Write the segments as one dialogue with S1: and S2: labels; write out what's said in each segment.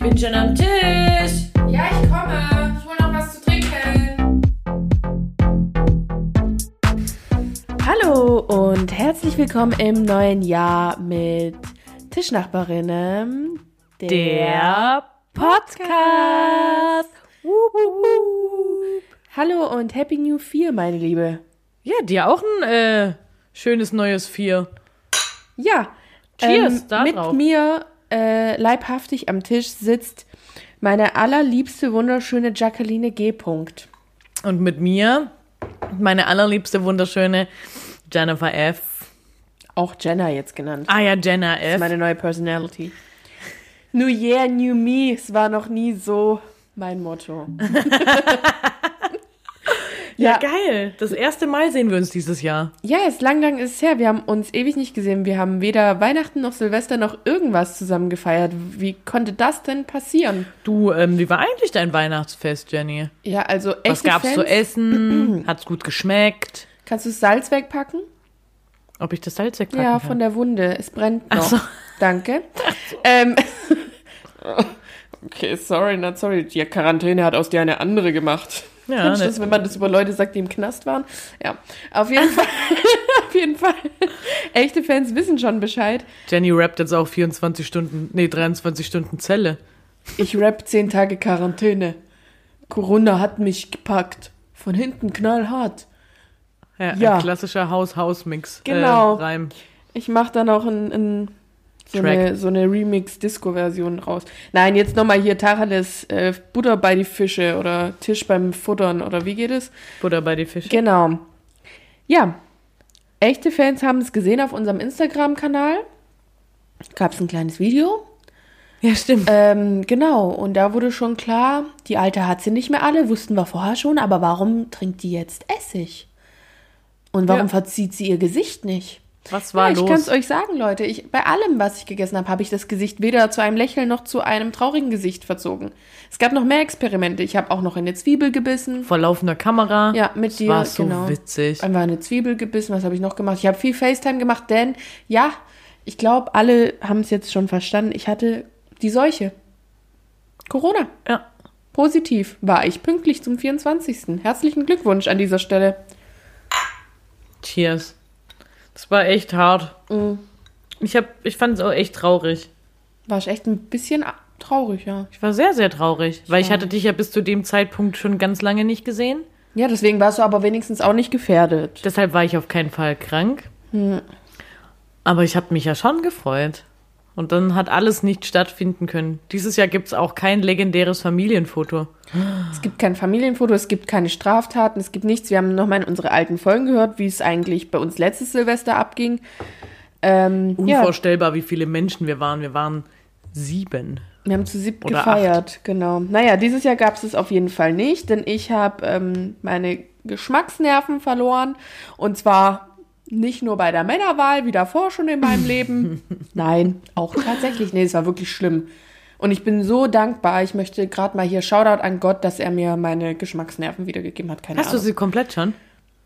S1: bin schon am Tisch.
S2: Ja, ich komme. Ich hole noch was zu trinken.
S1: Hallo und herzlich willkommen im neuen Jahr mit Tischnachbarinnen, der, Podcast. Wup, wup, wup. Hallo und Happy New Year, meine Liebe.
S3: Ja, dir auch ein äh, schönes neues Vier.
S1: Ja, ähm,
S3: Cheers, da
S1: mit
S3: drauf.
S1: mir äh, leibhaftig am Tisch sitzt meine allerliebste, wunderschöne Jacqueline G. Punkt.
S3: Und mit mir, meine allerliebste, wunderschöne Jennifer F.
S1: Auch Jenna jetzt genannt.
S3: Ah ja, Jenna F.
S1: Meine neue Personality. New Year, New Me. Es war noch nie so mein Motto. ja,
S3: geil. Das erste Mal sehen wir uns dieses Jahr.
S1: ja, es lang, lang ist es her. Wir haben uns ewig nicht gesehen. Wir haben weder Weihnachten noch Silvester noch irgendwas zusammen gefeiert. Wie konnte das denn passieren?
S3: Du, ähm, wie war eigentlich dein Weihnachtsfest, Jenny?
S1: Ja, also echt.
S3: Was gab's zu essen? Hat's gut geschmeckt?
S1: Kannst du das Salz wegpacken?
S3: Ob ich das Salz wegpacken
S1: Ja,
S3: kann?
S1: von der Wunde. Es brennt noch.
S3: so.
S1: Danke. ähm. Okay, sorry, not sorry. Die Quarantäne hat aus dir eine andere gemacht.
S3: Ja,
S1: Kennst du
S3: ne-
S1: das, wenn man das über Leute sagt, die im Knast waren. Ja, auf jeden Fall. auf jeden Fall. Echte Fans wissen schon Bescheid.
S3: Jenny rappt jetzt auch 24 Stunden, nee, 23 Stunden Zelle.
S1: Ich rap zehn Tage Quarantäne. Corona hat mich gepackt. Von hinten knallhart.
S3: Ja, ein
S1: Ja.
S3: klassischer Haus-Haus-Mix.
S1: Genau.
S3: Äh, Reim.
S1: Ich mache dann auch ein, ein, so,
S3: Track.
S1: eine, so eine Remix-Disco-Version raus. Nein, jetzt nochmal hier Tacheles, äh, Butter bei die Fische oder Tisch beim Futtern oder wie geht es?
S3: Butter bei die Fische.
S1: Genau. Ja, echte Fans haben es gesehen auf unserem Instagram-Kanal. Gab es ein kleines Video.
S3: Ja, stimmt.
S1: Ähm, genau, und da wurde schon klar, die Alte hat sie nicht mehr alle, wussten wir vorher schon, aber warum trinkt die jetzt Essig? Und warum
S3: Ja.
S1: verzieht sie ihr Gesicht nicht?
S3: Was war
S1: ja, ich
S3: los?
S1: kann es euch sagen, Leute. Ich, bei allem, was ich gegessen habe, habe ich das Gesicht weder zu einem Lächeln noch zu einem traurigen Gesicht verzogen. Es gab noch mehr Experimente. Ich habe auch noch in eine Zwiebel gebissen.
S3: Vor laufender Kamera.
S1: Ja, mit
S3: das
S1: dir,
S3: War so
S1: genau.
S3: witzig.
S1: Einfach eine Zwiebel gebissen. Was habe ich noch gemacht? Ich habe viel FaceTime gemacht, denn ja, ich glaube, alle haben es jetzt schon verstanden. Ich hatte die Seuche. Corona.
S3: Ja.
S1: Positiv war ich pünktlich zum 24. Herzlichen Glückwunsch an dieser Stelle.
S3: Cheers. Das war echt hart.
S1: Mhm.
S3: Ich hab, ich fand es auch echt traurig.
S1: War ich echt ein bisschen a- traurig, ja.
S3: Ich war sehr, sehr traurig, weil ich hatte dich ja bis zu dem Zeitpunkt schon ganz lange nicht gesehen.
S1: Ja, deswegen warst du aber wenigstens auch nicht gefährdet.
S3: Deshalb war ich auf keinen Fall krank.
S1: Mhm.
S3: Aber ich habe mich ja schon gefreut. Und dann hat alles nicht stattfinden können. Dieses Jahr gibt's auch kein legendäres Familienfoto.
S1: Es gibt kein Familienfoto, es gibt keine Straftaten, es gibt nichts. Wir haben nochmal in unsere alten Folgen gehört, wie es eigentlich bei uns letztes Silvester abging. Ähm, ja,
S3: Unvorstellbar, wie viele Menschen wir waren. Wir waren sieben.
S1: wir haben zu siebt
S3: Oder
S1: gefeiert, genau. Naja, dieses Jahr gab es es auf jeden Fall nicht, denn ich habe ähm, meine Geschmacksnerven verloren. Und zwar nicht nur bei der Männerwahl, wie davor schon in meinem Leben. Nein, auch tatsächlich. Nee, es war wirklich schlimm. Und ich bin so dankbar. Ich möchte gerade mal hier Shoutout an Gott, dass er mir meine Geschmacksnerven wiedergegeben hat. Keine
S3: Hast du
S1: Ahnung.
S3: sie komplett schon?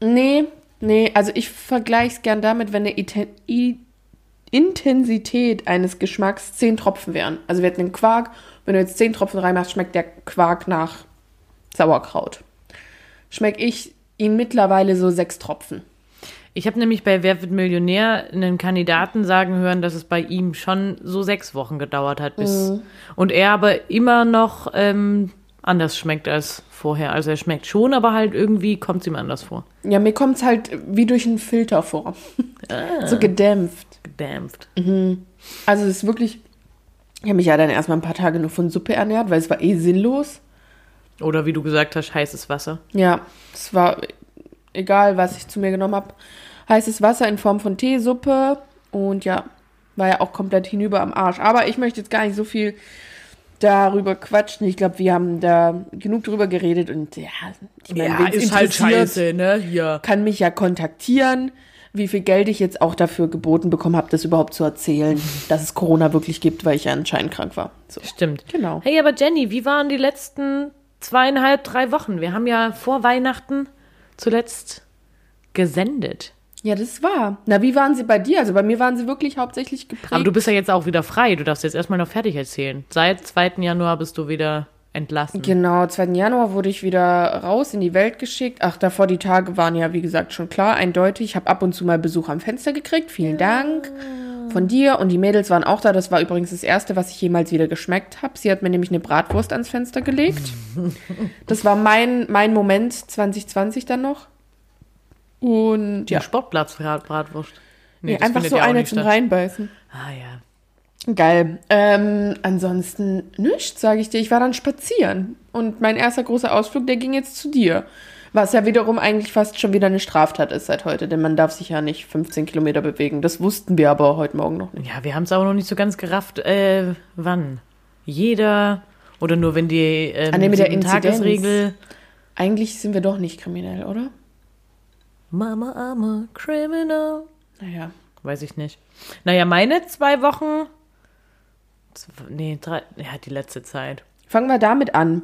S1: Nee, nee, also ich vergleiche es gern damit, wenn eine Iten- I Intensität eines Geschmacks zehn Tropfen wären. Also wir hätten einen Quark, wenn du jetzt zehn Tropfen reinmachst, schmeckt der Quark nach Sauerkraut. Schmeck ich ihn mittlerweile so sechs Tropfen.
S3: Ich habe nämlich bei Wer wird Millionär einen Kandidaten sagen hören, dass es bei ihm schon so sechs Wochen gedauert hat, bis und er aber immer noch ähm, anders schmeckt als vorher. Also er schmeckt schon, aber halt irgendwie kommt es ihm anders vor.
S1: Ja, mir kommt es halt wie durch einen Filter vor.
S3: Ah.
S1: So gedämpft.
S3: Gedämpft.
S1: Also es ist wirklich. Ich habe mich ja dann erstmal ein paar Tage nur von Suppe ernährt, weil es war eh sinnlos.
S3: Oder wie du gesagt hast, heißes Wasser.
S1: Ja, es war egal, was ich zu mir genommen habe. Heißes Wasser in Form von Teesuppe und ja, war ja auch komplett hinüber am Arsch. Aber ich möchte jetzt gar nicht so viel darüber quatschen. Ich glaube, wir haben da genug drüber geredet und ja, ich meine, wen's interessiert,
S3: ne? Hier.
S1: Kann mich ja kontaktieren, wie viel Geld ich jetzt auch dafür geboten bekommen habe, das überhaupt zu erzählen, dass es Corona wirklich gibt, weil ich ja anscheinend krank war. So.
S3: Stimmt.
S1: Genau.
S3: Hey, aber Jenny, wie waren die letzten zweieinhalb, drei Wochen? Wir haben ja vor Weihnachten zuletzt gesendet.
S1: Ja, das war. Na, wie waren sie bei dir? Also bei mir waren sie wirklich hauptsächlich geprägt.
S3: Aber du bist ja jetzt auch wieder frei. Du darfst jetzt erstmal noch fertig erzählen. Seit 2. Januar bist du wieder entlassen.
S1: Genau, 2. Januar wurde ich wieder raus in die Welt geschickt. Ach, davor die Tage waren ja, wie gesagt, schon klar, eindeutig. Ich habe ab und zu mal Besuch am Fenster gekriegt. Vielen Dank von dir. Und die Mädels waren auch da. Das war übrigens das Erste, was ich jemals wieder geschmeckt habe. Sie hat mir nämlich eine Bratwurst ans Fenster gelegt. Das war mein, mein Moment 2020 dann noch. Und
S3: Ja.
S1: ja,
S3: Sportplatz Brat- Bratwurst.
S1: nee,
S3: das
S1: einfach
S3: findet
S1: so
S3: ja auch
S1: eine
S3: nicht
S1: zum
S3: statt.
S1: Reinbeißen.
S3: Ah ja.
S1: Geil. Ähm, ansonsten nichts, sage ich dir. Ich war dann spazieren. Und mein erster großer Ausflug, der ging jetzt zu dir. Was ja wiederum eigentlich fast schon wieder eine Straftat ist seit heute, denn man darf sich ja nicht 15 Kilometer bewegen. Das wussten wir aber heute Morgen noch nicht.
S3: Ja, wir haben es aber noch nicht so ganz gerafft. Äh, wann? Jeder oder nur wenn die ähm,
S1: Ah, nee, mit der
S3: sieben
S1: Inzidenz.
S3: Tagesregel.
S1: Eigentlich sind wir doch nicht kriminell, oder?
S3: Mama, arme Criminal.
S1: Naja.
S3: Weiß ich nicht. Naja, meine zwei Wochen. Zw- Nee, drei. Ja, die letzte Zeit.
S1: Fangen wir damit an.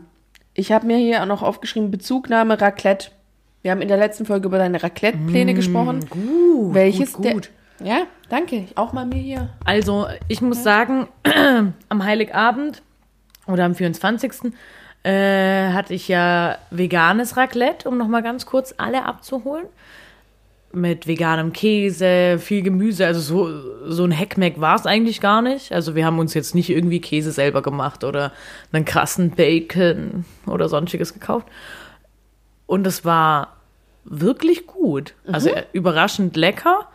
S1: Ich habe mir hier auch noch aufgeschrieben, Bezugnahme Raclette. Wir haben in der letzten Folge über deine Raclette-Pläne gesprochen.
S3: Mm, Gut.
S1: Welches
S3: gut, gut.
S1: der... Ja, danke. Auch mal mir hier.
S3: Also, ich muss sagen, am Heiligabend oder am 24. Äh, hatte ich ja veganes Raclette, um nochmal ganz kurz alle abzuholen. Mit veganem Käse, viel Gemüse, also so, so ein Heckmeck war es eigentlich gar nicht. Also wir haben uns jetzt nicht irgendwie Käse selber gemacht oder einen krassen Bacon oder sonstiges gekauft. Und es war wirklich gut. Also äh, überraschend lecker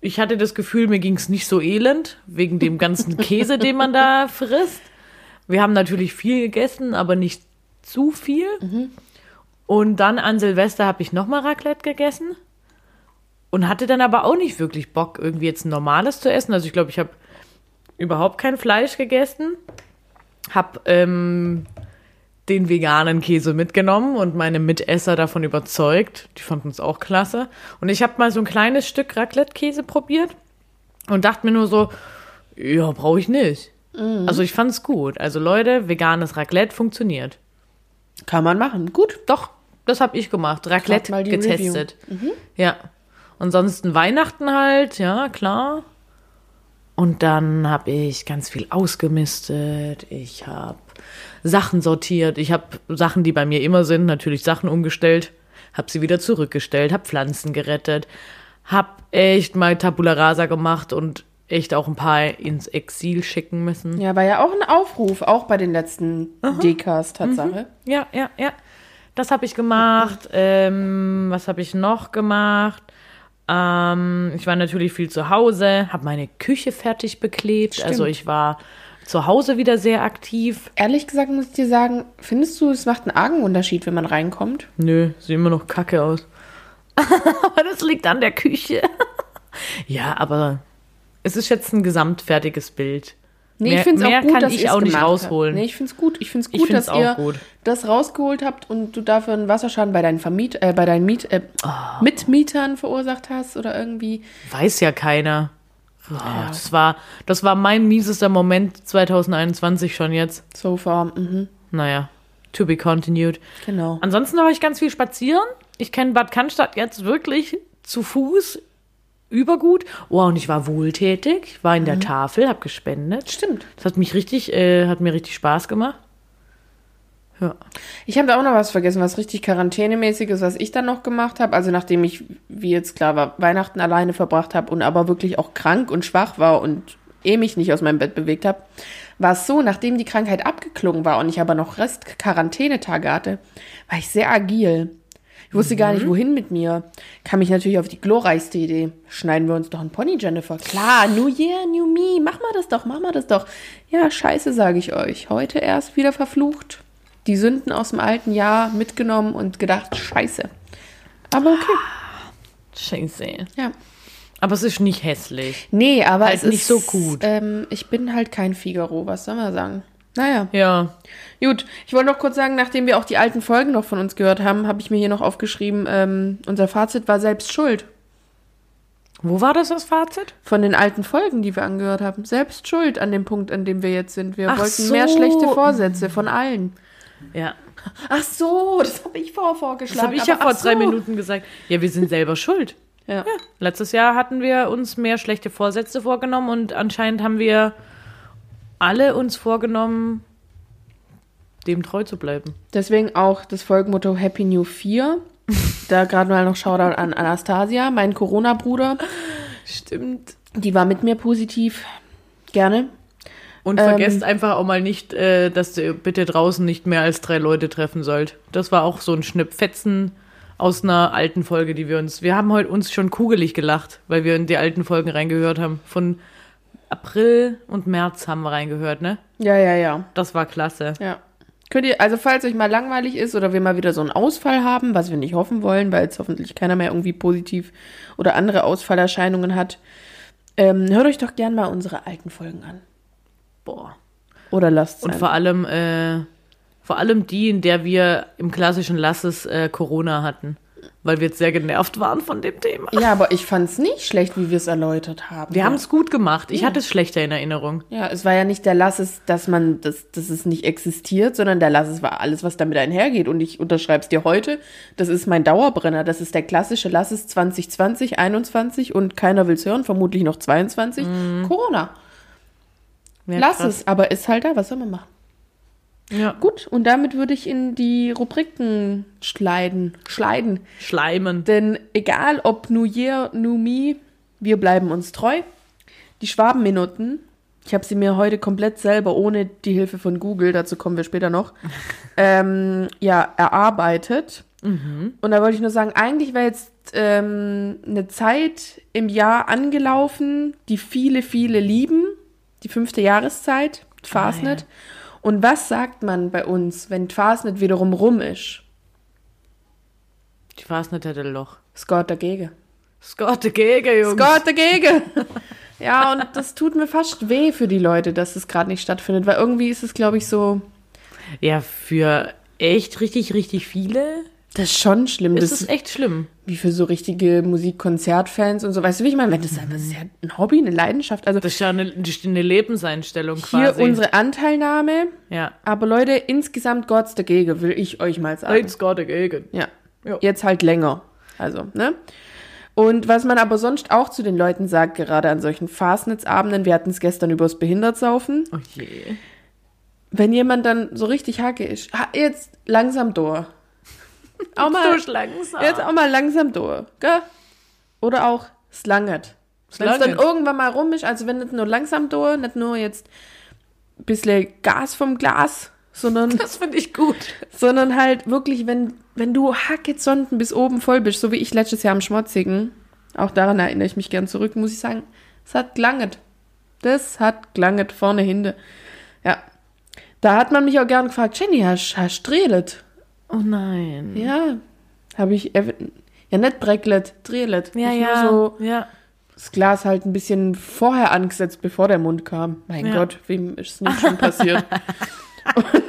S3: ich hatte das Gefühl, mir ging es nicht so elend, wegen dem ganzen Käse, den man da frisst. Wir haben natürlich viel gegessen, aber nicht zu viel. Und dann an Silvester habe ich nochmal Raclette gegessen und hatte dann aber auch nicht wirklich Bock, irgendwie jetzt ein normales zu essen. Also ich glaube, ich habe überhaupt kein Fleisch gegessen, habe ähm, den veganen Käse mitgenommen und meine Mitesser davon überzeugt. Die fanden es auch klasse. Und ich habe mal so ein kleines Stück Raclette-Käse probiert und dachte mir nur so, ja, brauche ich nicht. Also ich fand es gut. Also Leute, veganes Raclette funktioniert.
S1: Kann man machen. Gut.
S3: Doch, das habe ich gemacht. Raclette
S1: mal die Mhm.
S3: getestet. Ja. Ansonsten Weihnachten halt, ja, klar. Und dann habe ich ganz viel ausgemistet. Ich habe Sachen sortiert. Ich habe Sachen, die bei mir immer sind, natürlich Sachen umgestellt. Habe sie wieder zurückgestellt, habe Pflanzen gerettet. Habe echt mal Tabula Rasa gemacht und echt auch ein paar ins Exil schicken müssen.
S1: Ja, war ja auch ein Aufruf, auch bei den letzten Dekas, Tatsache.
S3: Ja, ja, ja. Das habe ich gemacht. Ähm, was habe ich noch gemacht? Ähm, ich war natürlich viel zu Hause, habe meine Küche fertig beklebt. Also ich war zu Hause wieder sehr aktiv.
S1: Ehrlich gesagt muss ich dir sagen, findest du, es macht einen argen Unterschied, wenn man reinkommt?
S3: Nö, sieht immer noch kacke aus. aber das liegt an der Küche. ja, aber es ist jetzt ein gesamtfertiges Bild.
S1: Nee,
S3: Mehr-
S1: ich finde es
S3: mehr
S1: auch gut,
S3: kann
S1: dass
S3: ich
S1: ihr's
S3: auch nicht
S1: gemacht
S3: rausholen.
S1: Habt. Nee, ich finde es gut. Ich finde es
S3: Ich
S1: gut,
S3: find's
S1: dass
S3: auch
S1: ihr
S3: gut.
S1: das rausgeholt habt und du dafür einen Wasserschaden bei deinen Vermiet äh, bei deinen Miet äh,
S3: Oh.
S1: Mitmietern verursacht hast oder irgendwie.
S3: Weiß ja keiner. Oh, das, war, das war mein miesester Moment 2021 schon jetzt.
S1: So far. Mhm.
S3: Naja, to be continued.
S1: Genau.
S3: Ansonsten war ich ganz viel spazieren. Ich kenne Bad Cannstatt jetzt wirklich zu Fuß übergut. Oh, und ich war wohltätig, Ich war in der Tafel, habe gespendet.
S1: Mhm. Stimmt.
S3: Das hat mich richtig, äh, hat mir richtig Spaß gemacht. Ja.
S1: Ich habe da auch noch was vergessen, was richtig Quarantänemäßiges, was ich dann noch gemacht habe. Also nachdem ich, wie jetzt klar war, Weihnachten alleine verbracht habe und aber wirklich auch krank und schwach war und eh mich nicht aus meinem Bett bewegt habe, war es so, nachdem die Krankheit abgeklungen war und ich aber noch Rest-Quarantänetage hatte, war ich sehr agil. Ich wusste gar
S3: Mhm.
S1: nicht, wohin mit mir. Kam ich natürlich auf die glorreichste Idee. Schneiden wir uns doch einen Pony, Jennifer. Klar, New Year, New Me. Mach mal das doch, mach mal das doch. Ja, scheiße, sage ich euch. Heute erst wieder verflucht. Die Sünden aus dem alten Jahr mitgenommen und gedacht, scheiße. Aber okay,
S3: Scheiße.
S1: ja.
S3: Aber es ist nicht hässlich.
S1: Nee, aber
S3: Halt
S1: es
S3: nicht
S1: ist
S3: so gut.
S1: Ähm, ich bin halt kein Figaro, was soll man sagen? Naja.
S3: Ja.
S1: Gut, ich wollte noch kurz sagen, nachdem wir auch die alten Folgen noch von uns gehört haben, habe ich mir hier noch aufgeschrieben, ähm, unser Fazit war selbst schuld.
S3: Wo war das das Fazit?
S1: Von den alten Folgen, die wir angehört haben. Selbst schuld an dem Punkt, an dem wir jetzt sind. Wir
S3: Ach
S1: wollten
S3: so.
S1: mehr schlechte Vorsätze von allen.
S3: Ja.
S1: Ach so, das habe ich vorher
S3: Das
S1: vorgeschlagen.
S3: habe ich ja
S1: aber
S3: vor
S1: ach
S3: drei
S1: so.
S3: Minuten gesagt. Ja, wir sind selber schuld.
S1: Ja.
S3: Letztes Jahr hatten wir uns mehr schlechte Vorsätze vorgenommen und anscheinend haben wir alle uns vorgenommen, dem treu zu bleiben.
S1: Deswegen auch das Folgenmotto Happy New 4. Da gerade mal noch Shoutout an Anastasia, meinen Corona-Bruder.
S3: Stimmt.
S1: Die war mit mir positiv. Gerne.
S3: Und vergesst einfach auch mal nicht, äh, dass ihr bitte draußen nicht mehr als drei Leute treffen sollt. Das war auch so ein Schnippfetzen aus einer alten Folge, die wir uns. Wir haben heute uns schon kugelig gelacht, weil wir in die alten Folgen reingehört haben. Von April und März haben wir reingehört, ne?
S1: Ja, ja, ja.
S3: Das war klasse.
S1: Ja. Könnt ihr, also falls euch mal langweilig ist oder wir mal wieder so einen Ausfall haben, was wir nicht hoffen wollen, weil jetzt hoffentlich keiner mehr irgendwie positiv oder andere Ausfallerscheinungen hat, ähm, hört euch doch gern mal unsere alten Folgen an.
S3: Boah.
S1: Oder lasst es
S3: Und vor allem, äh, vor allem die, in der wir im klassischen Lasses äh, Corona hatten, weil wir jetzt sehr genervt waren von dem Thema.
S1: Ja, aber ich fand es nicht schlecht, wie wir es erläutert haben.
S3: Wir haben es gut gemacht. Ich hatte es schlechter in Erinnerung.
S1: Ja, es war ja nicht der Lasses, dass man, dass, dass es nicht existiert, sondern der Lasses war alles, was damit einhergeht. Und ich unterschreibe es dir heute. Das ist mein Dauerbrenner. Das ist der klassische Lasses 2020, 21 und keiner will's hören, vermutlich noch 22. Corona.
S3: Mhm. Ja,
S1: Lass
S3: krass.
S1: es, aber ist halt da, was soll man machen?
S3: Ja.
S1: Gut, und damit würde ich in die Rubriken schleiden. Schleiden.
S3: Schleimen.
S1: Denn egal ob New Year, New Me, wir bleiben uns treu. Die Schwabenminuten, ich habe sie mir heute komplett selber ohne die Hilfe von Google, dazu kommen wir später noch, ähm, ja, erarbeitet. Und da wollte ich nur sagen, eigentlich wäre jetzt ähm, eine Zeit im Jahr angelaufen, die viele, viele lieben, die fünfte Jahreszeit, Fasnet. Und was sagt man bei uns, wenn Fasnet wiederum rum ist?
S3: Die Fasnet hatte Loch.
S1: Scott dagegen.
S3: Scott Gege, Jungs.
S1: Gott dagegen. Ja, und das tut mir fast weh für die Leute, dass es gerade nicht stattfindet, weil irgendwie ist es, glaube ich, so.
S3: Ja, für echt richtig, richtig viele
S1: Das ist schon schlimm.
S3: ist
S1: das
S3: es echt schlimm.
S1: wie für so richtige Musikkonzertfans und so. Weißt du, wie ich meine? Wenn das, das ist ja ein Hobby, eine Leidenschaft. Also
S3: Das ist ja eine, das ist eine Lebenseinstellung
S1: hier
S3: quasi.
S1: unsere Anteilnahme.
S3: ja.
S1: Aber Leute, insgesamt Gott's dagegen, will ich euch mal sagen.
S3: Scott Gege.
S1: Ja.
S3: Ja.
S1: Jetzt halt länger. Also, ne? Und was man aber sonst auch zu den Leuten sagt, gerade an solchen Fastnetzabenden, wir hatten es gestern übers Behindertsaufen.
S3: Oh je.
S1: wenn jemand dann so richtig hacke ist, ha, jetzt langsam durch. Auch mal,
S3: langsam.
S1: jetzt auch mal langsam durch, gell? Oder auch slangert. Wenn es dann
S3: Slangert.
S1: irgendwann mal rum ist, also wenn nicht nur langsam durch, nicht nur jetzt ein bisschen Gas vom Glas, sondern,
S3: Das finde ich gut.
S1: sondern halt wirklich, wenn, wenn du Hackezonten bis oben voll bist, so wie ich letztes Jahr am Schmutzigen, auch daran erinnere ich mich gern zurück, muss ich sagen, es hat gelanget. Das hat gelanget, vorne, hinten. Ja. Da hat man mich auch gern gefragt, Jenny, hast du strelet?
S3: Oh nein.
S1: Ja. Habe ich, ev- ja nicht brecklet, drelet.
S3: Ja,
S1: ich
S3: ja.
S1: Nur so
S3: ja.
S1: das Glas halt ein bisschen vorher angesetzt, bevor der Mund kam. Mein
S3: Ja.
S1: Gott, wem ist es nicht schon passiert? Und,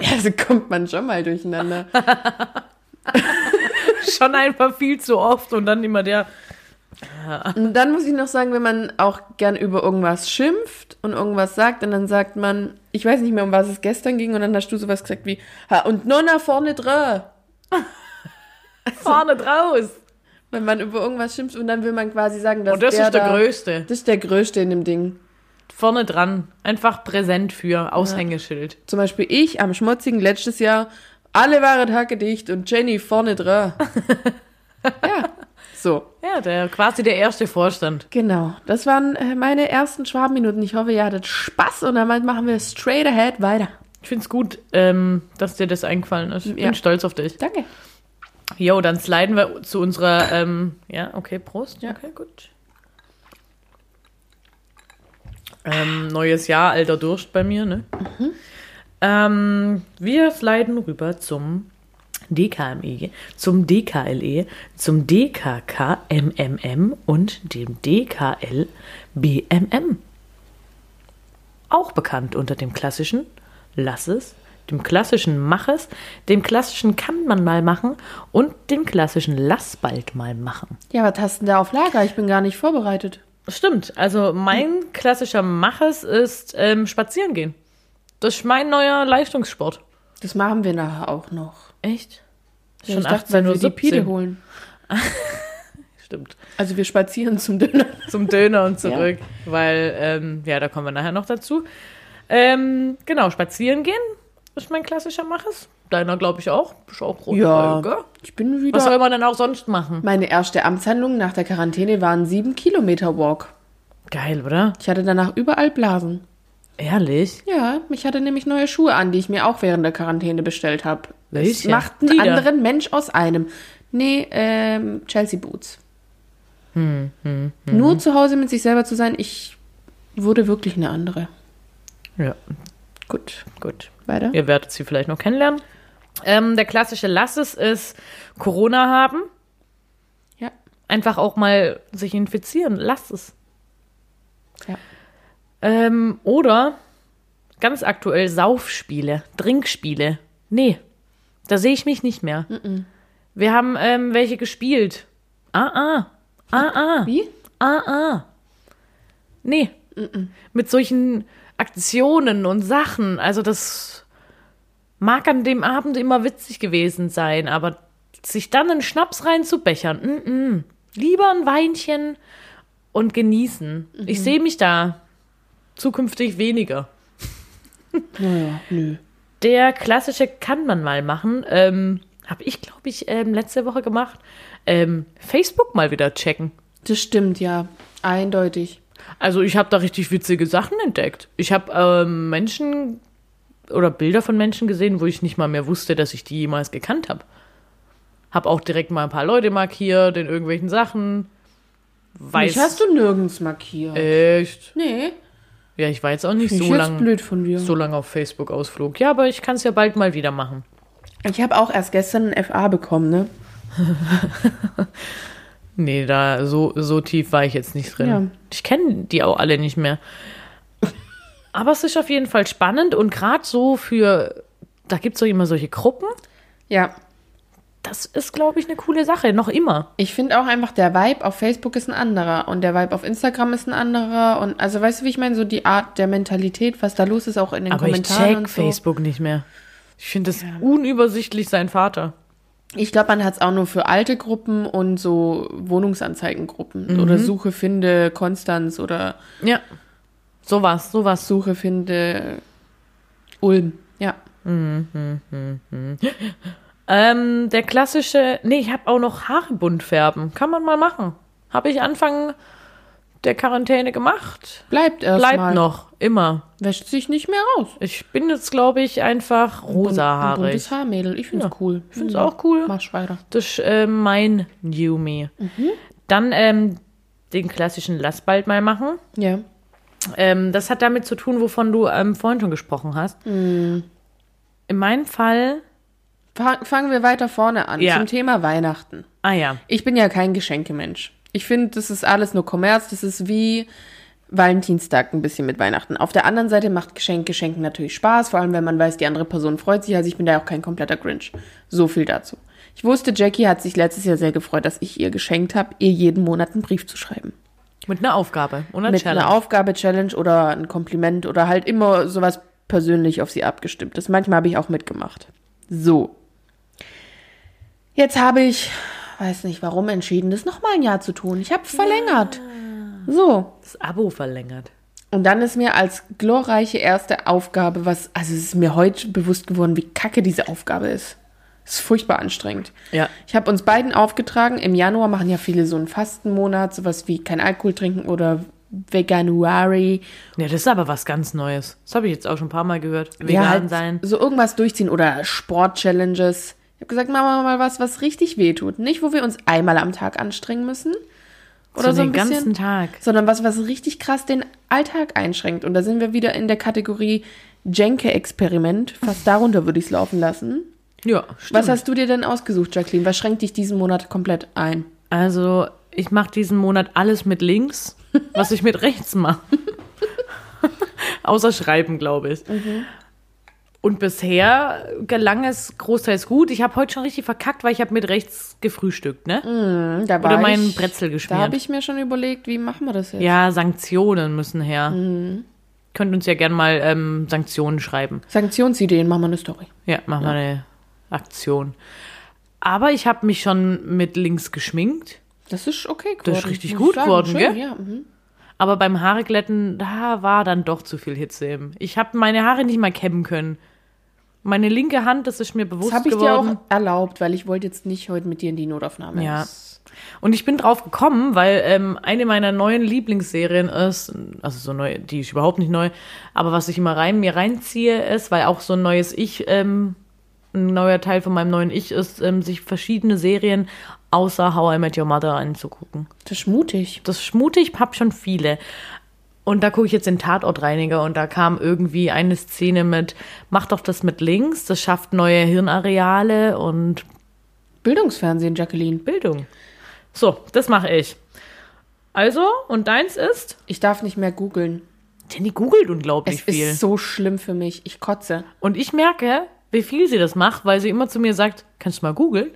S1: ja, so kommt man schon mal durcheinander.
S3: Schon einfach viel zu oft und dann immer der.
S1: Und dann muss ich noch sagen, wenn man auch gern über irgendwas schimpft und irgendwas sagt und dann sagt man, ich weiß nicht mehr, um was es gestern ging und dann hast du sowas gesagt wie, ha, und nonna vorne dran.
S3: Vorne draus.
S1: Wenn man über irgendwas schimpft und dann will man quasi sagen, dass
S3: Und Oh, das
S1: der
S3: ist der
S1: da,
S3: Größte.
S1: Das ist der Größte in dem Ding.
S3: Vorne dran. Einfach präsent für. Aushängeschild.
S1: Zum Beispiel ich am Schmutzigen letztes Jahr, alle waren hackedicht und Jenny vorne dran. ja, so.
S3: Ja, der, quasi der erste Vorstand.
S1: Genau, das waren äh, meine ersten Schwabenminuten. Ich hoffe, ihr hattet Spaß und damit machen wir straight ahead weiter.
S3: Ich finde es gut, ähm, dass dir das eingefallen ist. Ich
S1: Ja.
S3: bin stolz auf dich.
S1: Danke.
S3: Jo, dann sliden wir zu unserer. Ähm, ja, okay, Prost.
S1: Ja.
S3: Okay, gut. Ähm, neues Jahr, alter Durst bei mir, ne?
S1: Mhm.
S3: Ähm, wir sliden rüber zum DKME, E, zum DKLE, E, zum DKKMMM und dem DKLBMM. Auch bekannt unter dem klassischen Lass es, dem klassischen Mach es, dem klassischen Kann man mal machen und dem klassischen Lass bald mal machen.
S1: Ja, was hast du denn da auf Lager? Ich bin gar nicht vorbereitet.
S3: Stimmt, also mein klassischer Maches ist ähm, spazieren gehen. Das ist mein neuer Leistungssport.
S1: Das machen wir nachher auch noch.
S3: Echt?
S1: Ja,
S3: Schon
S1: ich dachte, weil wir die
S3: 18.17
S1: Pide
S3: Uhr.
S1: holen.
S3: Stimmt.
S1: Also wir spazieren zum Döner.
S3: Zum Döner und zurück, weil, ähm, ja, da kommen wir nachher noch dazu. Ähm, genau, spazieren gehen ist mein klassischer Maches. Deiner, glaube ich, auch. Ist auch rot,
S1: Ja,
S3: äh, gell?
S1: ich bin
S3: Was soll
S1: wieder.
S3: man denn auch sonst machen?
S1: Meine erste Amtshandlung nach der Quarantäne war ein 7 Kilometer Walk.
S3: Geil, oder?
S1: Ich hatte danach überall Blasen.
S3: Ehrlich?
S1: Ja, ich hatte nämlich neue Schuhe an, die ich mir auch während der Quarantäne bestellt habe. Das
S3: Welche?
S1: macht einen
S3: Die da?
S1: anderen Mensch aus einem. Nee, ähm, Chelsea Boots.
S3: Hm,
S1: Nur zu Hause mit sich selber zu sein, ich wurde wirklich eine andere.
S3: Ja,
S1: Gut,
S3: gut.
S1: weiter.
S3: Ihr werdet sie vielleicht noch kennenlernen. Ähm, der klassische Lass es ist Corona haben.
S1: Ja.
S3: Einfach auch mal sich infizieren. Lass es.
S1: Ja.
S3: Ähm, oder ganz aktuell Saufspiele, Trinkspiele. Nee, da sehe ich mich nicht mehr. Wir haben ähm, welche gespielt. Ah, ah. Ah, ah.
S1: Wie?
S3: Ah, ah. Nee. Mit solchen Aktionen und Sachen. Also, das mag an dem Abend immer witzig gewesen sein, aber sich dann einen Schnaps reinzubechern, mm -mm. lieber ein Weinchen und genießen. Ich sehe mich da zukünftig weniger.
S1: Naja, nö.
S3: Der klassische kann man mal machen. Ähm, Habe ich, glaube ich, ähm, letzte Woche gemacht. Ähm, Facebook mal wieder checken.
S1: Das stimmt, ja. Eindeutig.
S3: Also ich habe da richtig witzige Sachen entdeckt. Ich habe ähm, Menschen oder Bilder von Menschen gesehen, wo ich nicht mal mehr wusste, dass ich die jemals gekannt habe. Habe auch direkt mal ein paar Leute markiert in irgendwelchen Sachen. Weiß
S1: Mich hast du nirgends markiert.
S3: echt?
S1: nee,
S3: Ja, ich war jetzt auch nicht
S1: so
S3: so
S1: ich jetzt
S3: lange
S1: blöd von dir.
S3: so lang auf Facebook Ausflug. Ja, aber ich kann es ja bald mal wieder machen.
S1: Ich habe auch erst gestern ein FA bekommen, ne?
S3: Nee, da so so tief war ich jetzt nicht drin.
S1: Ja.
S3: Ich kenne die auch alle nicht mehr. Aber es ist auf jeden Fall spannend und gerade so für da gibt es doch immer solche Gruppen.
S1: Ja.
S3: das ist, glaube ich, eine coole Sache, noch immer.
S1: Ich finde auch einfach, der Vibe auf Facebook ist ein anderer und der Vibe auf Instagram ist ein anderer. Und also weißt du, wie ich meine, so die Art der Mentalität, was da los ist, auch in den
S3: Aber ich
S1: Kommentaren.
S3: check
S1: und so.
S3: Facebook nicht mehr. Ich finde das unübersichtlich, sein Vater.
S1: Ich glaube, man hat es auch nur für alte Gruppen und so Wohnungsanzeigengruppen oder Suche, Finde, Konstanz oder
S3: Ja. Sowas, sowas.
S1: Suche, Finde, Ulm. Ja.
S3: Ähm, der klassische, nee, ich habe auch noch Haare bunt färben. Kann man mal machen. Habe ich Anfang der Quarantäne gemacht.
S1: Bleibt erstmal.
S3: Bleibt noch, immer.
S1: Wäscht sich nicht mehr raus.
S3: Ich bin jetzt, glaube ich, einfach
S1: Ein
S3: rosahaarig.
S1: buntes Haarmädel. Ich find's cool. Ich
S3: find's auch cool.
S1: Mach weiter.
S3: Das ist äh, mein New Me.
S1: Mhm.
S3: Dann ähm, den klassischen Lass bald mal machen.
S1: Ja.
S3: Ähm, das hat damit zu tun, wovon du ähm, vorhin schon gesprochen hast.
S1: Mhm.
S3: In meinem Fall,
S1: Fa- Fangen wir weiter vorne an.
S3: Ja.
S1: Zum Thema Weihnachten.
S3: ah ja,
S1: Ich bin ja kein Geschenkemensch. Ich finde, das ist alles nur Kommerz. Das ist wie Valentinstag ein bisschen mit Weihnachten. Auf der anderen Seite macht Geschenke schenken natürlich Spaß, vor allem wenn man weiß, die andere Person freut sich. Also ich bin da auch kein kompletter Grinch. So viel dazu. Ich wusste, Jackie hat sich letztes Jahr sehr gefreut, dass ich ihr geschenkt habe, ihr jeden Monat einen Brief zu schreiben.
S3: mit einer Aufgabe und einer
S1: mit
S3: Challenge.
S1: einer Aufgabe, Challenge oder ein Kompliment oder halt immer sowas persönlich auf sie abgestimmt ist. Manchmal habe ich auch mitgemacht. So. Jetzt habe ich, weiß nicht warum, entschieden, das nochmal ein Jahr zu tun. Ich habe verlängert. So.
S3: das Abo verlängert.
S1: Und dann ist mir als glorreiche erste Aufgabe, was, also es ist mir heute bewusst geworden, wie kacke diese Aufgabe ist. Es ist furchtbar anstrengend.
S3: Ja.
S1: Ich habe uns beiden aufgetragen, im Januar machen ja viele so einen Fastenmonat, sowas wie kein Alkohol trinken oder Veganuary.
S3: Ja, das ist aber was ganz Neues. Das habe ich jetzt auch schon ein paar Mal gehört. Vegan
S1: ja, halt
S3: sein.
S1: So irgendwas durchziehen oder Sport-Challenges. Ich habe gesagt, machen wir mal was, was richtig weh tut. Nicht, wo wir uns einmal am Tag anstrengen müssen. Oder so,
S3: so den
S1: ein bisschen,
S3: ganzen Tag.
S1: Sondern was, was richtig krass den Alltag einschränkt. Und da sind wir wieder in der Kategorie Jenke-Experiment. Fast darunter würde ich es laufen lassen.
S3: Ja, stimmt.
S1: Was hast du dir denn ausgesucht, Jacqueline? Was schränkt dich diesen Monat komplett ein?
S3: also, ich mache diesen Monat alles mit links, was ich mit rechts mache. Außer Schreiben, glaube ich. Und bisher gelang es großteils gut. Ich habe heute schon richtig verkackt, weil ich habe mit rechts gefrühstückt, ne?
S1: Hm, Da
S3: Oder
S1: war
S3: meinen
S1: ich,
S3: Brezel
S1: Da
S3: geschmiert.
S1: habe ich mir schon überlegt, wie machen wir das jetzt?
S3: Ja, Sanktionen müssen her. Könnt uns ja gern mal ähm, Sanktionen schreiben.
S1: Sanktionsideen, machen wir eine Story.
S3: Ja, machen wir eine Aktion. Aber ich habe mich schon mit links geschminkt.
S1: Das ist okay geworden.
S3: Das ist richtig
S1: muss
S3: gut
S1: ich sagen.
S3: geworden,
S1: Schön,
S3: gell?
S1: Ja, mhm.
S3: Aber beim Haareglätten, da war dann doch zu viel Hitze im. Ich habe meine Haare nicht mal kämmen können. Meine linke Hand, das ist mir bewusst
S1: Das habe ich dir
S3: geworden.
S1: auch erlaubt, weil ich wollte jetzt nicht heute mit dir in die Notaufnahme.
S3: Ja.
S1: Das-
S3: Und ich bin drauf gekommen, weil ähm, eine meiner neuen Lieblingsserien ist, also so neu, die ist überhaupt nicht neu, aber was ich immer rein mir reinziehe, ist, weil auch so ein neues Ich, ähm, ein neuer Teil von meinem neuen Ich ist, ähm, sich verschiedene Serien außer How I Met Your Mother anzugucken.
S1: Das ist mutig.
S3: Das ist mutig, hab schon viele. Und da gucke ich jetzt den Tatortreiniger und da kam irgendwie eine Szene mit, mach doch das mit links, das schafft neue Hirnareale und
S1: Bildungsfernsehen, Jacqueline.
S3: Bildung. So, das mache ich. Also, und deins ist?
S1: Ich darf nicht mehr googeln.
S3: Jenny googelt unglaublich
S1: Es
S3: viel.
S1: ist so schlimm für mich. Ich kotze.
S3: Und ich merke, wie viel sie das macht, weil sie immer zu mir sagt, kannst du mal googeln?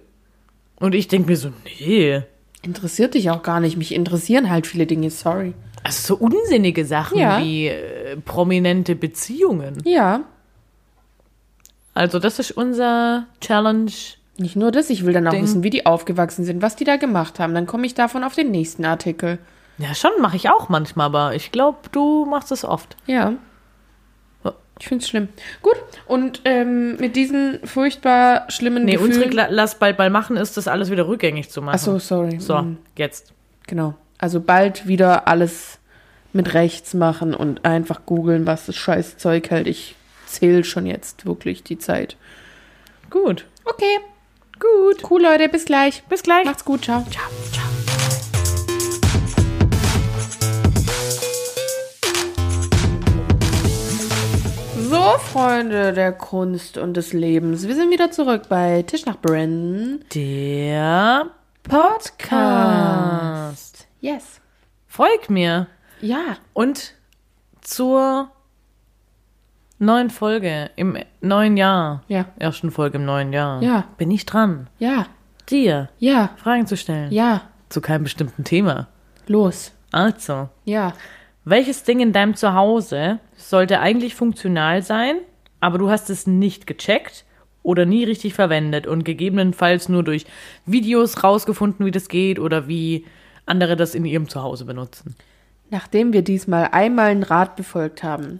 S3: Und ich denke mir so, nee.
S1: Interessiert dich auch gar nicht. Mich interessieren halt viele Dinge. Sorry.
S3: Also so unsinnige Sachen
S1: Ja.
S3: wie äh, prominente Beziehungen.
S1: Ja.
S3: Also das ist unser Challenge.
S1: Nicht nur das, ich will dann auch
S3: Ding.
S1: wissen, wie die aufgewachsen sind, was die da gemacht haben. Dann komme ich davon auf den nächsten Artikel.
S3: Ja, schon mache ich auch manchmal, aber ich glaube, du machst es oft.
S1: Ja.
S3: Ja.
S1: Ich finde es schlimm. Gut, und ähm, mit diesen furchtbar schlimmen
S3: Nee, unsere
S1: Gefühlen...
S3: Gla- Lass bald mal machen ist, das alles wieder rückgängig zu machen.
S1: Ach so, sorry.
S3: So, Hm.
S1: Mhm,
S3: jetzt.
S1: Genau. Also bald wieder alles mit rechts machen und einfach googeln, was das scheiß Zeug hält. Ich zähle schon jetzt wirklich die Zeit.
S3: Gut.
S1: Okay. Gut. Cool, Leute. Bis gleich.
S3: Bis gleich.
S1: Macht's gut. Ciao. Ciao. So, Freunde der Kunst und des Lebens. Wir sind wieder zurück bei Tisch nach Brennen.
S3: Der Podcast.
S1: Yes.
S3: Folgt mir.
S1: Ja.
S3: Und zur neuen Folge im neuen Jahr.
S1: Ja.
S3: Ersten Folge im neuen Jahr.
S1: Ja.
S3: Bin ich dran,
S1: Ja.
S3: dir
S1: Ja.
S3: Fragen zu stellen.
S1: Ja.
S3: Zu keinem bestimmten Thema.
S1: Los.
S3: Also,
S1: Ja.
S3: welches Ding in deinem Zuhause sollte eigentlich funktional sein, aber du hast es nicht gecheckt oder nie richtig verwendet und gegebenenfalls nur durch Videos rausgefunden, wie das geht oder wie andere das in ihrem Zuhause benutzen?
S1: Nachdem wir diesmal einmal einen Rat befolgt haben.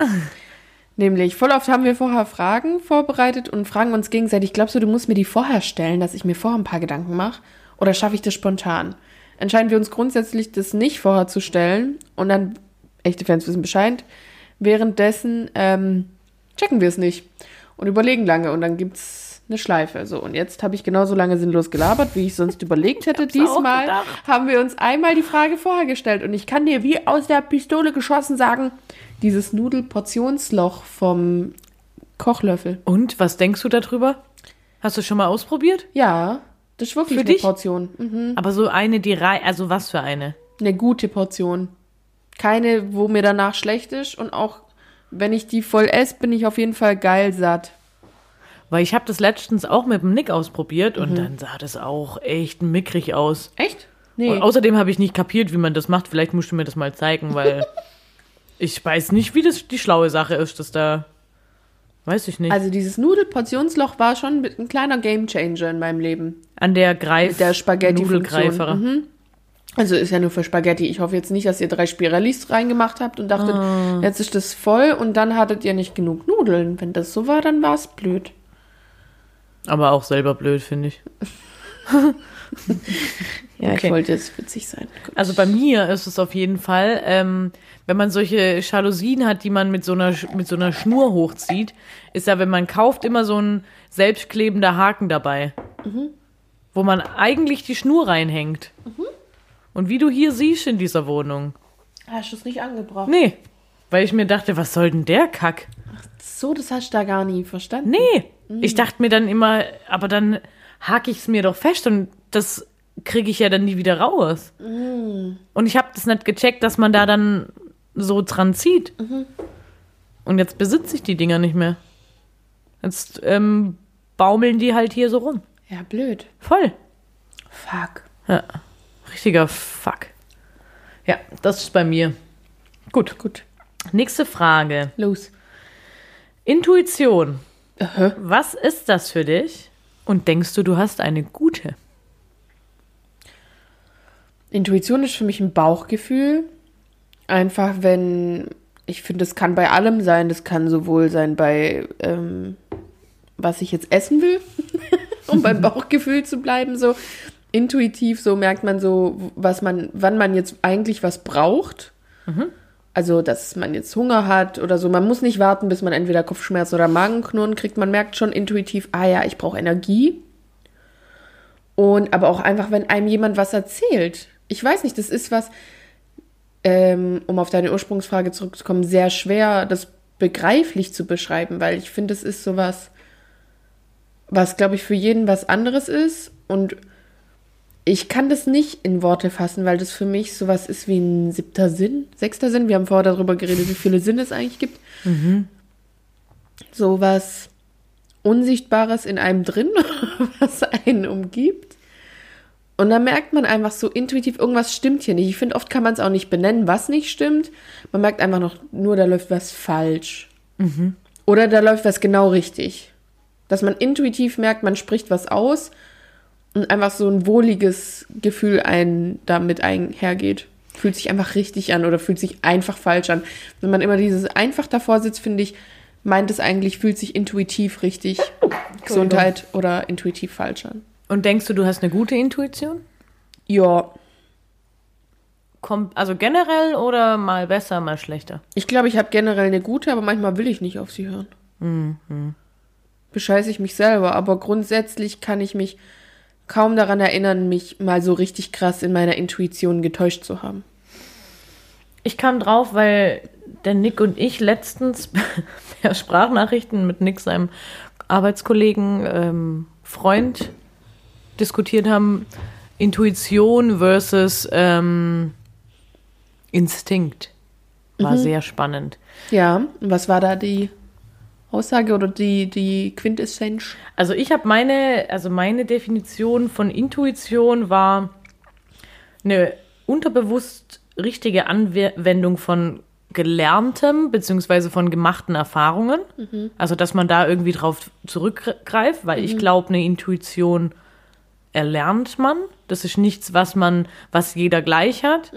S1: Nämlich, voll oft haben wir vorher Fragen vorbereitet und fragen uns gegenseitig, glaubst du, du musst mir die vorher stellen, dass ich mir vorher ein paar Gedanken mache? Oder schaffe ich das spontan? Entscheiden wir uns grundsätzlich, das nicht vorher zu stellen und dann, echte Fans wissen Bescheid, währenddessen ähm, checken wir es nicht und überlegen lange und dann gibt's eine Schleife. So, und jetzt habe ich genauso lange sinnlos gelabert, wie ich sonst überlegt hätte.
S3: auch
S1: Diesmal
S3: gedacht.
S1: haben wir uns einmal die Frage vorher gestellt und ich kann dir wie aus der Pistole geschossen sagen, dieses Nudelportionsloch vom Kochlöffel.
S3: Und was denkst du darüber? Hast du schon mal ausprobiert?
S1: Ja, das ist wirklich
S3: Für
S1: eine
S3: dich?
S1: Portion. Mhm.
S3: Aber so eine, die rei, also was für eine?
S1: Eine gute Portion. Keine, wo mir danach schlecht ist und auch wenn ich die voll esse, bin ich auf jeden Fall geil satt.
S3: Weil ich habe das letztens auch mit dem Nick ausprobiert und dann sah das auch echt mickrig aus.
S1: Echt? Nee.
S3: Und außerdem habe ich nicht kapiert, wie man das macht. Vielleicht musst du mir das mal zeigen, weil ich weiß nicht, wie das die schlaue Sache ist, dass da. Weiß ich nicht.
S1: Also dieses Nudelportionsloch war schon mit- ein kleiner Gamechanger in meinem Leben.
S3: An der Greif.
S1: Mit der Spaghetti-Funktion. Mhm.
S3: Nudelgreifer.
S1: Also ist ja nur für Spaghetti. Ich hoffe jetzt nicht, dass ihr drei Spirellis reingemacht habt und dachtet, jetzt ist das voll und dann hattet ihr nicht genug Nudeln. Wenn das so war, dann war es blöd.
S3: Aber auch selber blöd, finde ich.
S1: Ja,
S3: Okay.
S1: ich wollte jetzt witzig sein. Gut.
S3: Also bei mir ist es auf jeden Fall, ähm, wenn man solche Jalousien hat, die man mit so einer Sch- mit so einer Schnur hochzieht, ist ja, wenn man kauft, immer so ein selbstklebender Haken dabei, wo man eigentlich die Schnur reinhängt. Und wie du hier siehst in dieser Wohnung.
S1: Hast du es nicht angebracht?
S3: Nee, weil ich mir dachte, was soll denn der Kack?
S1: So, das hast du da gar nie verstanden.
S3: Nee, ich dachte mir dann immer, aber dann hake ich es mir doch fest und das kriege ich ja dann nie wieder raus. Und ich habe das nicht gecheckt, dass man da dann so dran zieht. Und jetzt besitze ich die Dinger nicht mehr. Jetzt ähm, baumeln die halt hier so rum.
S1: Ja, blöd.
S3: Voll.
S1: Fuck.
S3: Richtiger Fuck. Ja, das ist bei mir.
S1: Gut. Gut.
S3: Nächste Frage.
S1: Los.
S3: Intuition. Was ist das für dich? Und denkst du, du hast eine gute?
S1: Intuition ist für mich ein Bauchgefühl. Einfach wenn, ich finde, das kann bei allem sein. Das kann sowohl sein bei, ähm, was ich jetzt essen will, um beim Bauchgefühl zu bleiben. So intuitiv, so merkt man so, was man, wann man jetzt eigentlich was braucht. Also, dass man jetzt Hunger hat oder so. Man muss nicht warten, bis man entweder Kopfschmerzen oder Magenknurren kriegt. Man merkt schon intuitiv, ah ja, ich brauche Energie. Und aber auch einfach, wenn einem jemand was erzählt. Ich weiß nicht, das ist was, ähm, um auf deine Ursprungsfrage zurückzukommen, sehr schwer, das begreiflich zu beschreiben, weil ich finde, es ist sowas, was, glaube ich, für jeden was anderes ist. Und ich kann das nicht in Worte fassen, weil das für mich sowas ist wie ein siebter Sinn, sechster Sinn. Wir haben vorher darüber geredet, wie viele Sinne es eigentlich gibt. Sowas Unsichtbares in einem drin, was einen umgibt. Und da merkt man einfach so intuitiv, irgendwas stimmt hier nicht. Ich finde, oft kann man es auch nicht benennen, was nicht stimmt. Man merkt einfach noch, nur da läuft was falsch. Oder da läuft was genau richtig. Dass man intuitiv merkt, man spricht was aus und einfach so ein wohliges Gefühl ein damit einhergeht. Fühlt sich einfach richtig an oder fühlt sich einfach falsch an. Wenn man immer dieses einfach davor sitzt, finde ich, meint es eigentlich, fühlt sich intuitiv richtig Gesundheit oder intuitiv falsch an.
S3: Und denkst du, du hast eine gute Intuition?
S1: Ja,
S3: Kommt, also generell oder mal besser, mal schlechter?
S1: ich glaube, ich habe generell eine gute, aber manchmal will ich nicht auf sie hören. Bescheiße ich mich selber, aber grundsätzlich kann ich mich kaum daran erinnern, mich mal so richtig krass in meiner Intuition getäuscht zu haben.
S3: Ich kam drauf, weil der Nick und ich letztens per Sprachnachrichten mit Nick, seinem Arbeitskollegen, ähm, Freund, diskutiert haben: Intuition versus ähm, Instinkt. War sehr spannend.
S1: Ja, und was war da die Aussage oder die, die Quintessenz?
S3: Also ich habe meine, also meine Definition von Intuition war eine unterbewusst richtige Anwendung von gelerntem beziehungsweise von gemachten Erfahrungen. Also dass man da irgendwie drauf zurückgreift, weil ich glaube, eine Intuition erlernt man. Das ist nichts, was man, was jeder gleich hat.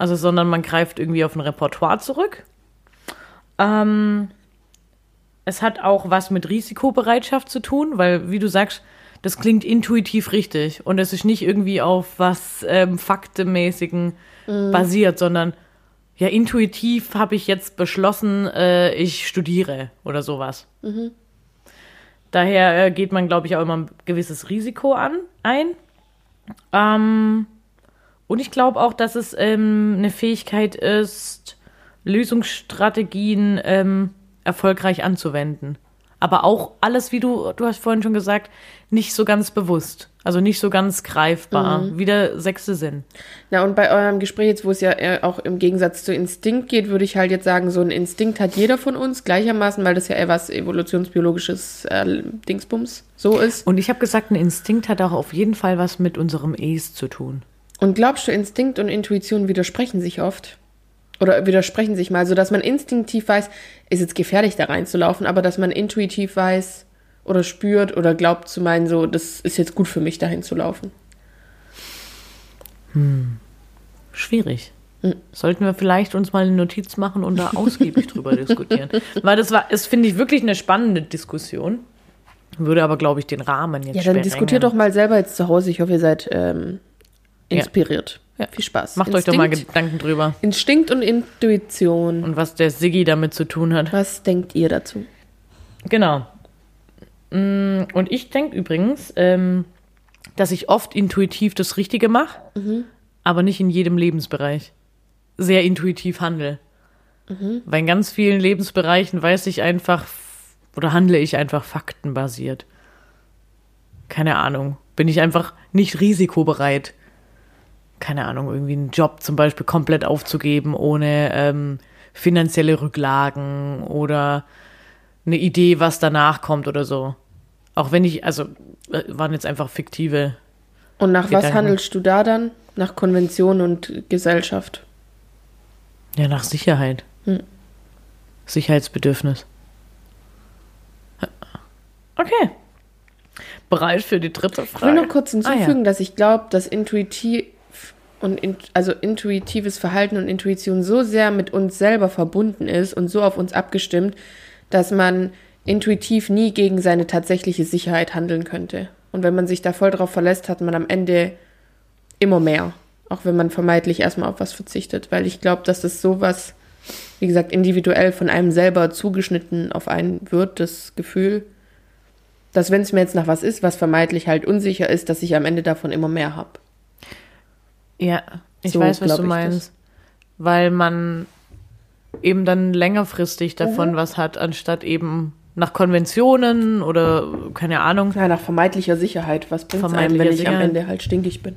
S3: Also, sondern man greift irgendwie auf ein Repertoire zurück. Ähm, es hat auch was mit Risikobereitschaft zu tun, weil, wie du sagst, das klingt intuitiv richtig und es ist nicht irgendwie auf was ähm, Faktemäßigen basiert, sondern ja, intuitiv habe ich jetzt beschlossen, äh, ich studiere oder sowas. Daher äh, geht man, glaube ich, auch immer ein gewisses Risiko an, ein. Ähm, und ich glaube auch, dass es ähm, eine Fähigkeit ist, Lösungsstrategien ähm, erfolgreich anzuwenden. Aber auch alles, wie du, du hast vorhin schon gesagt, nicht so ganz bewusst. Also nicht so ganz greifbar.
S1: Mhm.
S3: Wieder sechste Sinn.
S1: Na, und bei eurem Gespräch jetzt, wo es ja äh, auch im Gegensatz zu Instinkt geht, würde ich halt jetzt sagen, so ein Instinkt hat jeder von uns gleichermaßen, weil das ja eher was evolutionsbiologisches äh, Dingsbums so ist.
S3: Und ich habe gesagt, ein Instinkt hat auch auf jeden Fall was mit unserem Es zu tun.
S1: Und glaubst du, Instinkt und Intuition widersprechen sich oft? Oder widersprechen sich mal, sodass man instinktiv weiß, ist jetzt gefährlich da reinzulaufen, aber dass man intuitiv weiß oder spürt oder glaubt zu meinen, so, das ist jetzt gut für mich, dahin zu laufen.
S3: Schwierig.
S1: Mhm.
S3: Sollten wir vielleicht uns mal eine Notiz machen und da ausgiebig drüber diskutieren. Weil das war, es finde ich wirklich eine spannende Diskussion. Würde aber, glaube ich, den Rahmen jetzt
S1: Ja, dann
S3: sprengen.
S1: diskutiert doch mal selber jetzt zu Hause. Ich hoffe, ihr seid ähm, inspiriert.
S3: Ja.
S1: Viel Spaß.
S3: Macht euch doch mal Gedanken drüber.
S1: Instinkt und Intuition.
S3: Und was der Siggi damit zu tun hat.
S1: Was denkt ihr dazu?
S3: Genau. Mm, Und ich denke übrigens, ähm, dass ich oft intuitiv das Richtige mache, aber nicht in jedem Lebensbereich. Sehr intuitiv handle. Weil in ganz vielen Lebensbereichen weiß ich einfach f- oder handle ich einfach faktenbasiert. Keine Ahnung. Bin ich einfach nicht risikobereit. Keine Ahnung, irgendwie einen Job zum Beispiel komplett aufzugeben, ohne ähm, finanzielle Rücklagen oder eine Idee, was danach kommt oder so. Auch wenn ich, also äh, waren jetzt einfach fiktive.
S1: Und nach was
S3: Gedanken.
S1: handelst du da dann? Nach Konvention und Gesellschaft.
S3: Ja, nach Sicherheit.
S1: Hm.
S3: Sicherheitsbedürfnis. Ja. Okay. Bereit für die dritte
S1: Ich will
S3: Frage.
S1: noch kurz hinzufügen, dass ich glaube, dass intuitiv und in, also intuitives Verhalten und Intuition so sehr mit uns selber verbunden ist und so auf uns abgestimmt, dass man intuitiv nie gegen seine tatsächliche Sicherheit handeln könnte. Und wenn man sich da voll drauf verlässt, hat man am Ende immer mehr. Auch wenn man vermeintlich erstmal auf was verzichtet. Weil ich glaube, dass das sowas, wie gesagt, individuell von einem selber zugeschnitten auf einen wird, das Gefühl, dass wenn es mir jetzt nach was ist, was vermeintlich halt unsicher ist, dass ich am Ende davon immer mehr habe.
S3: Ja, ich
S1: So
S3: weiß, was
S1: glaub
S3: du
S1: ich
S3: meinst. Weil man eben dann längerfristig
S1: Mhm.
S3: davon was hat, anstatt eben nach Konventionen oder keine Ahnung.
S1: Ja, nach vermeintlicher Sicherheit. Was bringt es einem,
S3: Vermeintlicher
S1: wenn ich am
S3: Sicherheit.
S1: Ende halt stinkig bin?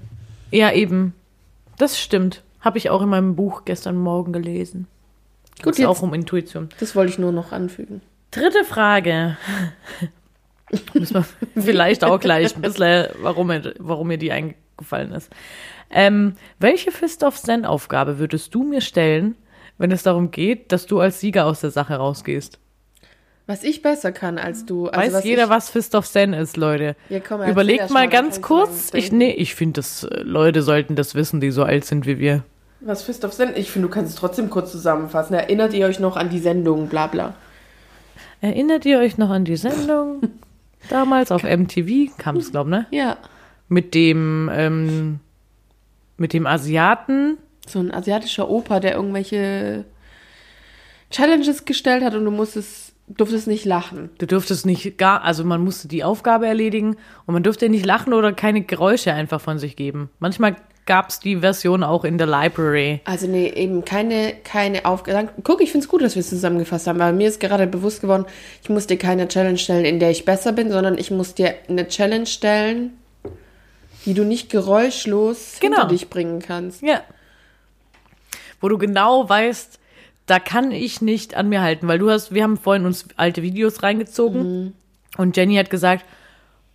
S3: Ja, eben. Das stimmt. Habe ich auch in meinem Buch gestern Morgen gelesen.
S1: Gut,
S3: Ist auch
S1: jetzt,
S3: um Intuition.
S1: das wollte ich nur noch anfügen.
S3: Dritte Frage. Müssen wir vielleicht auch gleich ein bisschen, warum, mir- warum mir die eingefallen ist. Ähm, welche Fist of Zen-Aufgabe würdest du mir stellen, wenn es darum geht, dass du als Sieger aus der Sache rausgehst?
S1: Was ich besser kann als du. Also
S3: Weiß
S1: was
S3: jeder,
S1: ich,
S3: was Fist of Zen ist, Leute?
S1: Ja, komm, erzähl
S3: Überlegt
S1: erst
S3: mal
S1: mal, dann
S3: ganz
S1: kann ich so lange
S3: kurz. Ich,
S1: denken.
S3: nee, ich finde, dass äh, Leute sollten das wissen, die so alt sind wie wir.
S1: Was Fist of Zen? Ich finde, du kannst es trotzdem kurz zusammenfassen. Erinnert ihr euch noch an die Sendung, bla bla?
S3: Erinnert ihr euch noch an die Sendung? Damals auf MTV kam es, glaube ich, ne?
S1: Ja.
S3: mit dem ähm, mit dem Asiaten.
S1: So ein asiatischer Opa, der irgendwelche Challenges gestellt hat und du musstest, durftest nicht lachen.
S3: Du durftest nicht gar, also man musste die Aufgabe erledigen und man durfte nicht lachen oder keine Geräusche einfach von sich geben. Manchmal gab es die Version auch in der Library.
S1: Also nee, eben keine, keine Aufgabe. Guck, ich finde es gut, dass wir es zusammengefasst haben, weil mir ist gerade bewusst geworden, ich muss dir keine Challenge stellen, in der ich besser bin, sondern ich muss dir eine Challenge stellen, die du nicht geräuschlos
S3: Genau.
S1: hinter dich bringen kannst.
S3: Ja. Wo du genau weißt, da kann ich nicht an mir halten, weil du hast, wir haben vorhin uns alte Videos reingezogen und Jenny hat gesagt,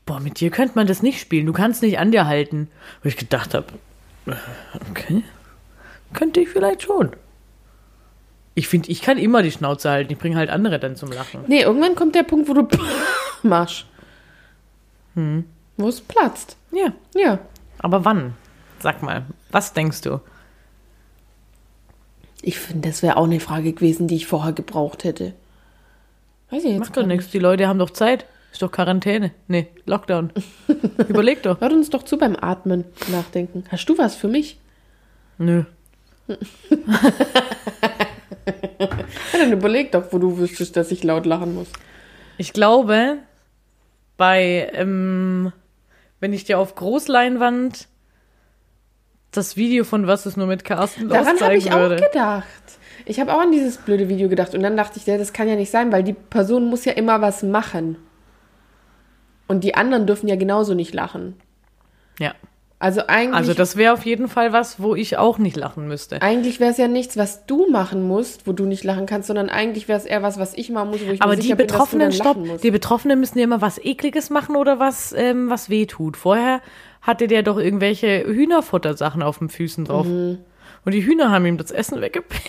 S3: boah, mit dir könnte man das nicht spielen, du kannst nicht an dir halten. Wo ich gedacht habe, okay, könnte ich vielleicht schon. Ich finde, ich kann immer die Schnauze halten, ich bringe halt andere dann zum Lachen.
S1: Nee, irgendwann kommt der Punkt, wo du machst.
S3: Hm.
S1: Wo es platzt.
S3: Ja,
S1: Ja.
S3: aber wann? Sag mal, was denkst du?
S1: Ich finde, das wäre auch eine Frage gewesen, die ich vorher gebraucht hätte. Weiß ich jetzt
S3: Macht doch
S1: gar
S3: nichts, die Leute haben doch Zeit. Ist doch Quarantäne. Nee, Lockdown. Überleg doch.
S1: Hört uns doch zu beim Atmen, nachdenken. Hast du was für mich?
S3: Nö.
S1: Ja, dann überleg doch, wo du wüsstest, dass ich laut lachen muss.
S3: Ich glaube, bei, ähm, wenn ich dir auf Großleinwand das Video von Was ist nur mit Carsten los
S1: Daran habe
S3: zeigen
S1: ich auch
S3: würde.
S1: gedacht. Ich habe auch an dieses blöde Video gedacht und dann dachte ich, ja, das kann ja nicht sein, weil die Person muss ja immer was machen. Und die anderen dürfen ja genauso nicht lachen.
S3: Ja.
S1: Also eigentlich,
S3: Also das wäre auf jeden Fall was, wo ich auch nicht lachen müsste.
S1: eigentlich wäre es ja nichts, was du machen musst, wo du nicht lachen kannst, sondern eigentlich wäre es eher was, was ich machen muss, wo ich
S3: Aber
S1: mir
S3: die
S1: sicher bin, dass du
S3: Betroffenen,
S1: dann
S3: stopp,
S1: lachen musst.
S3: die Betroffenen müssen ja immer was Ekliges machen oder was, ähm, was weh tut. Vorher hatte der doch irgendwelche Hühnerfuttersachen auf den Füßen drauf.
S1: Mhm.
S3: Und die Hühner haben ihm das Essen weggepickt.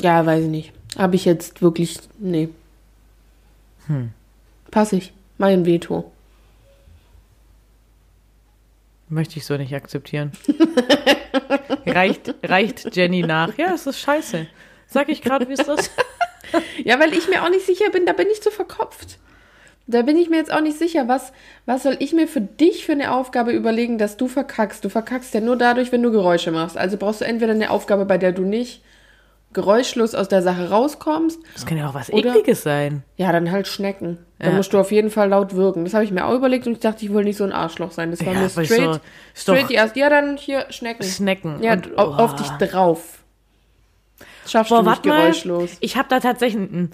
S1: ja, weiß ich nicht. Habe ich jetzt wirklich, nee. Hm.
S3: Hm.
S1: Pass ich. Mein Veto.
S3: Möchte ich so nicht akzeptieren. reicht, reicht Jenny nach. Ja, es ist scheiße. Sag ich gerade, wie es das?
S1: Ja, weil ich mir auch nicht sicher bin, da bin ich zu verkopft. Da bin ich mir jetzt auch nicht sicher, was, was soll ich mir für dich für eine Aufgabe überlegen, dass du verkackst. Du verkackst ja nur dadurch, wenn du Geräusche machst. Also brauchst du entweder eine Aufgabe, bei der du nicht geräuschlos aus der Sache rauskommst.
S3: Das kann ja auch was
S1: Oder-
S3: Ekliges sein.
S1: Ja, dann halt Schnecken. Da
S3: Ja.
S1: musst du auf jeden Fall laut wirken. Das habe ich mir auch überlegt und ich dachte, ich will nicht so ein Arschloch sein. Das war
S3: Ja,
S1: mir
S3: aber
S1: straight,
S3: so- ist doch-
S1: straight die erste. Ja, dann hier Schnecken.
S3: Schnecken.
S1: ja,
S3: Und- oh.
S1: au- auf dich drauf. Das Schaffst
S3: Boah,
S1: du nicht
S3: warte mal.
S1: geräuschlos.
S3: Ich habe da tatsächlich, mm.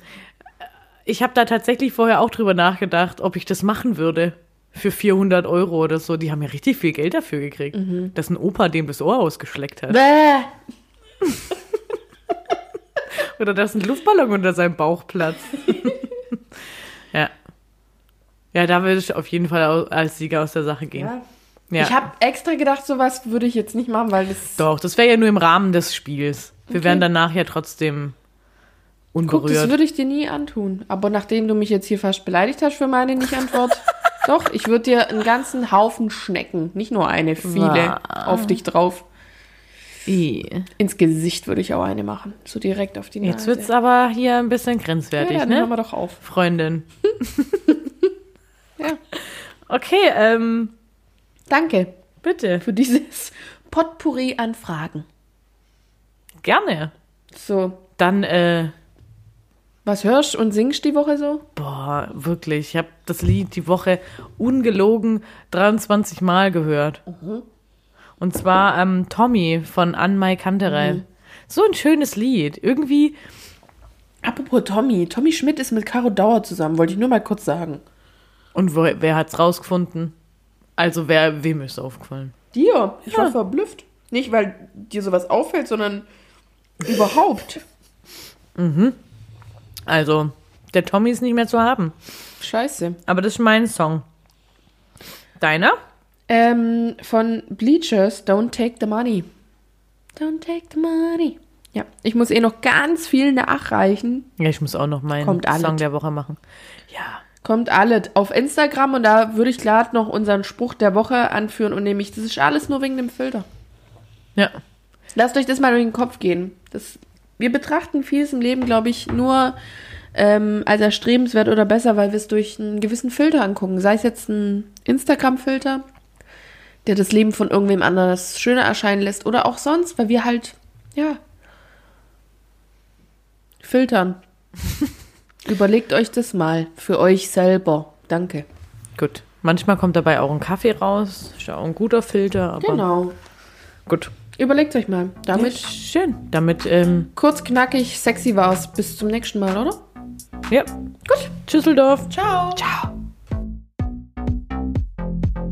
S3: ich habe da tatsächlich vorher auch drüber nachgedacht, ob ich das machen würde für 400 Euro oder so. Die haben ja richtig viel Geld dafür gekriegt,
S1: Mhm.
S3: dass ein Opa dem das Ohr ausgeschleckt hat
S1: Bäh.
S3: oder dass ein Luftballon unter seinem Bauch platzt. ja, ja, da würde ich auf jeden Fall au- als Sieger aus der Sache gehen.
S1: Ja.
S3: Ja.
S1: Ich habe extra gedacht, sowas würde ich jetzt nicht machen, weil das.
S3: Doch, das wäre ja nur im Rahmen des Spiels. Wir wären danach ja trotzdem
S1: Guck, das
S3: unberührt.
S1: würde ich dir nie antun. Aber nachdem du mich jetzt hier fast beleidigt hast für meine Nicht-Antwort, Doch, ich würde dir einen ganzen Haufen Schnecken, nicht nur eine, viele,
S3: Wow.
S1: auf dich drauf.
S3: I.
S1: Ins Gesicht würde ich auch eine machen. So direkt auf die Nase.
S3: Jetzt wird's aber hier ein bisschen grenzwertig,
S1: ja, dann hören
S3: ne?
S1: wir doch auf.
S3: Freundin.
S1: Ja.
S3: Okay, ähm,
S1: Danke
S3: bitte.
S1: für dieses Potpourri an Fragen.
S3: Gerne.
S1: So,
S3: Dann, äh,
S1: was hörst und singst die Woche so?
S3: boah, wirklich, ich habe das Lied die Woche ungelogen 23 Mal gehört.
S1: Mhm.
S3: Und zwar ähm, Tommy von An Mai Kanterei.
S1: Mhm.
S3: So ein schönes Lied. Irgendwie,
S1: Apropos Tommy. Tommy Schmidt ist mit Caro Dauer zusammen, wollte ich nur mal kurz sagen.
S3: und wo, wer hat's rausgefunden? Also, wer, wem ist aufgefallen?
S1: Dir? Ich war verblüfft. Nicht, weil dir sowas auffällt, sondern überhaupt.
S3: Also, der Tommy ist nicht mehr zu haben.
S1: Scheiße.
S3: Aber das ist mein Song. Deiner?
S1: Ähm, von Bleachers, Don't Take the Money. Don't take the money. Ja, ich muss eh noch ganz viel nachreichen.
S3: Ja, ich muss auch noch meinen
S1: Kommt alles.
S3: Song der Woche machen. Ja.
S1: Kommt alles auf Instagram und da würde ich gerade noch unseren Spruch der Woche anführen und nämlich, das ist alles nur wegen dem Filter.
S3: Ja.
S1: Lasst euch das mal durch den Kopf gehen. Das, wir betrachten vieles im Leben, glaube ich, nur ähm, als erstrebenswert oder besser, weil wir es durch einen gewissen Filter angucken. Sei es jetzt ein Instagram-Filter, der das Leben von irgendwem anders schöner erscheinen lässt oder auch sonst, weil wir halt, ja, filtern. Überlegt euch das mal für euch selber. Danke.
S3: Gut. Manchmal kommt dabei auch ein Kaffee raus. Ist ja auch ein guter Filter, aber
S1: Genau.
S3: gut.
S1: Überlegt euch mal.
S3: Damit
S1: Damit
S3: schön. Damit, ähm,
S1: kurz, knackig, sexy war's. Bis zum nächsten Mal, oder?
S3: ja. Gut. Tschüsseldorf.
S1: Ciao.
S3: Ciao.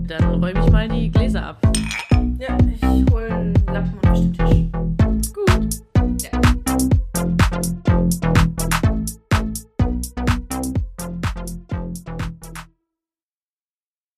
S3: Dann räume ich mal die Gläser ab.
S2: Ja, ich